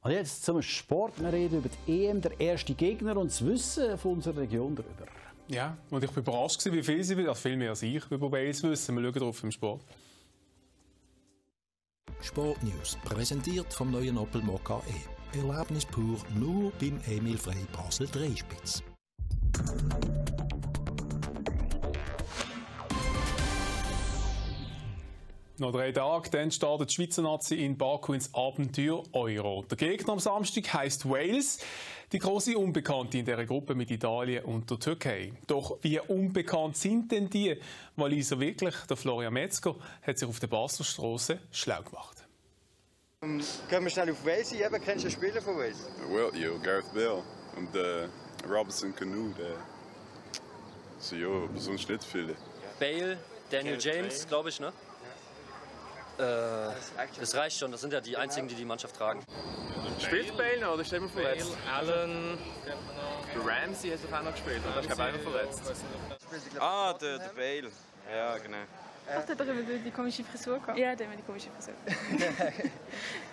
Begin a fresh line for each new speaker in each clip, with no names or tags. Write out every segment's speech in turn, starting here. Und jetzt zum Sport. Wir reden über die EM, der erste Gegner und das Wissen von unserer Region darüber.
Ja, und ich bin überrascht, gewesen, wie viel sie will, also viel mehr als ich, über Wales wissen. Wir schauen drauf im Sport.
Sportnews, präsentiert vom neuen Opel Mokka E. Erlebnis pur nur beim Emil Frey Basel Dreispitz.
Noch drei Tage, dann startet die Schweizer Nazi in Baku ins Abenteuer Euro. Der Gegner am Samstag heißt Wales, die große Unbekannte in der Gruppe mit Italien und der Türkei. Doch wie unbekannt sind denn die Waliser wirklich? Der Florian Metzger hat sich auf der Basler Straße schlau gemacht.
Um, Können wir schnell auf Wales ein? Eben, Kennst du einen Spieler von Wales?
Wilt you, Gareth Bale und äh, Robinson Canoe. Der. So, ja, aber sonst nicht viele.
Bale, Daniel James, glaube ich, ne? Äh, das reicht schon, das sind ja die einzigen, die die Mannschaft tragen.
Spielt Bale noch oder ist er immer verletzt?
Allen,
Ramsey hat doch auch noch gespielt oder? Ich glaube, auch noch verletzt.
Ah, der, der Bale. Ja, genau.
Ach, der hat doch immer die die komische Frisur gehabt.
Ja, der hat die komische Frisur.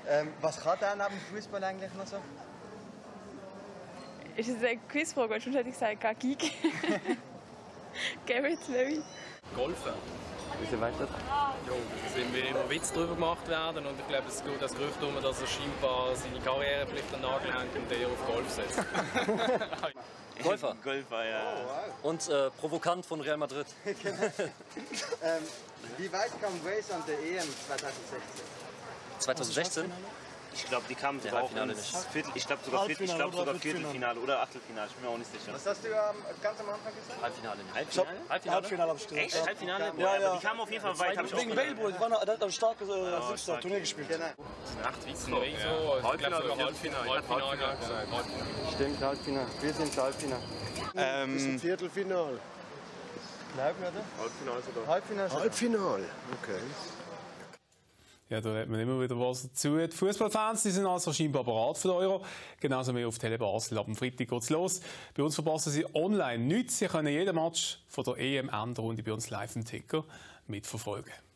Ähm, was kann der neben dem Fußball eigentlich noch so?
Ist das eine Quizfrage? Weil sonst hätte ich gesagt, gar Geek. Garrett Levy.
Golfen.
Wieso weiter?
Jo, es sind mir immer Witze darüber gemacht werden und ich glaube, es geht das Gerücht um, dass er scheinbar seine Karriere vielleicht an den Nagel hängt und eher auf Golf setzt.
Golfer
Golfer, ja.
und äh, Provokant von Real Madrid.
Ähm, wie weit kam Wales an der EM 2016?
2016?
Ich glaube, die kamen
Der
sogar auch
Halbfinale
ins
nicht.
Viertel, ich glaube sogar, Viertel, ich
Halbfinale
glaub sogar
oder
Viertelfinale oder Achtelfinale, ich bin mir auch nicht sicher.
Was hast du am, ganz am Anfang gesagt?
Halbfinale nicht.
Halbfinale?
Halbfinale?
Halbfinale am Stück.
Echt? Halbfinale? Boah,
Ja, ja.
aber die kamen auf jeden Fall weit, habe ich auch
Wegen
gehört.
Bale, Bruder, die waren- der hat ein starkes äh, siebtes
stark.
Turnier gespielt.
Genau.
Echt weit noch ja. so. also Ich glaube
Halbfinale
sogar
oder Viertelfinale?
Halbfinale. Halbfinale. ja. Halbfinale.
Stimmt, Halbfinale. Wir sind Halbfinale. Ähm,
Das ist ein Viertelfinal.
Halbfinale,
Halbfinale sogar.
oder? Halbfinale. schon.
Halbfinal, okay.
Ja, da hat man immer wieder was dazu. Die Fußballfans die sind also scheinbar parat für den Euro. Genauso wie auf Tele Basel. Ab dem Freitag geht's los. Bei uns verpassen Sie online nichts. Sie können jeden Match von der EM-Endrunde bei uns live im Ticker mitverfolgen.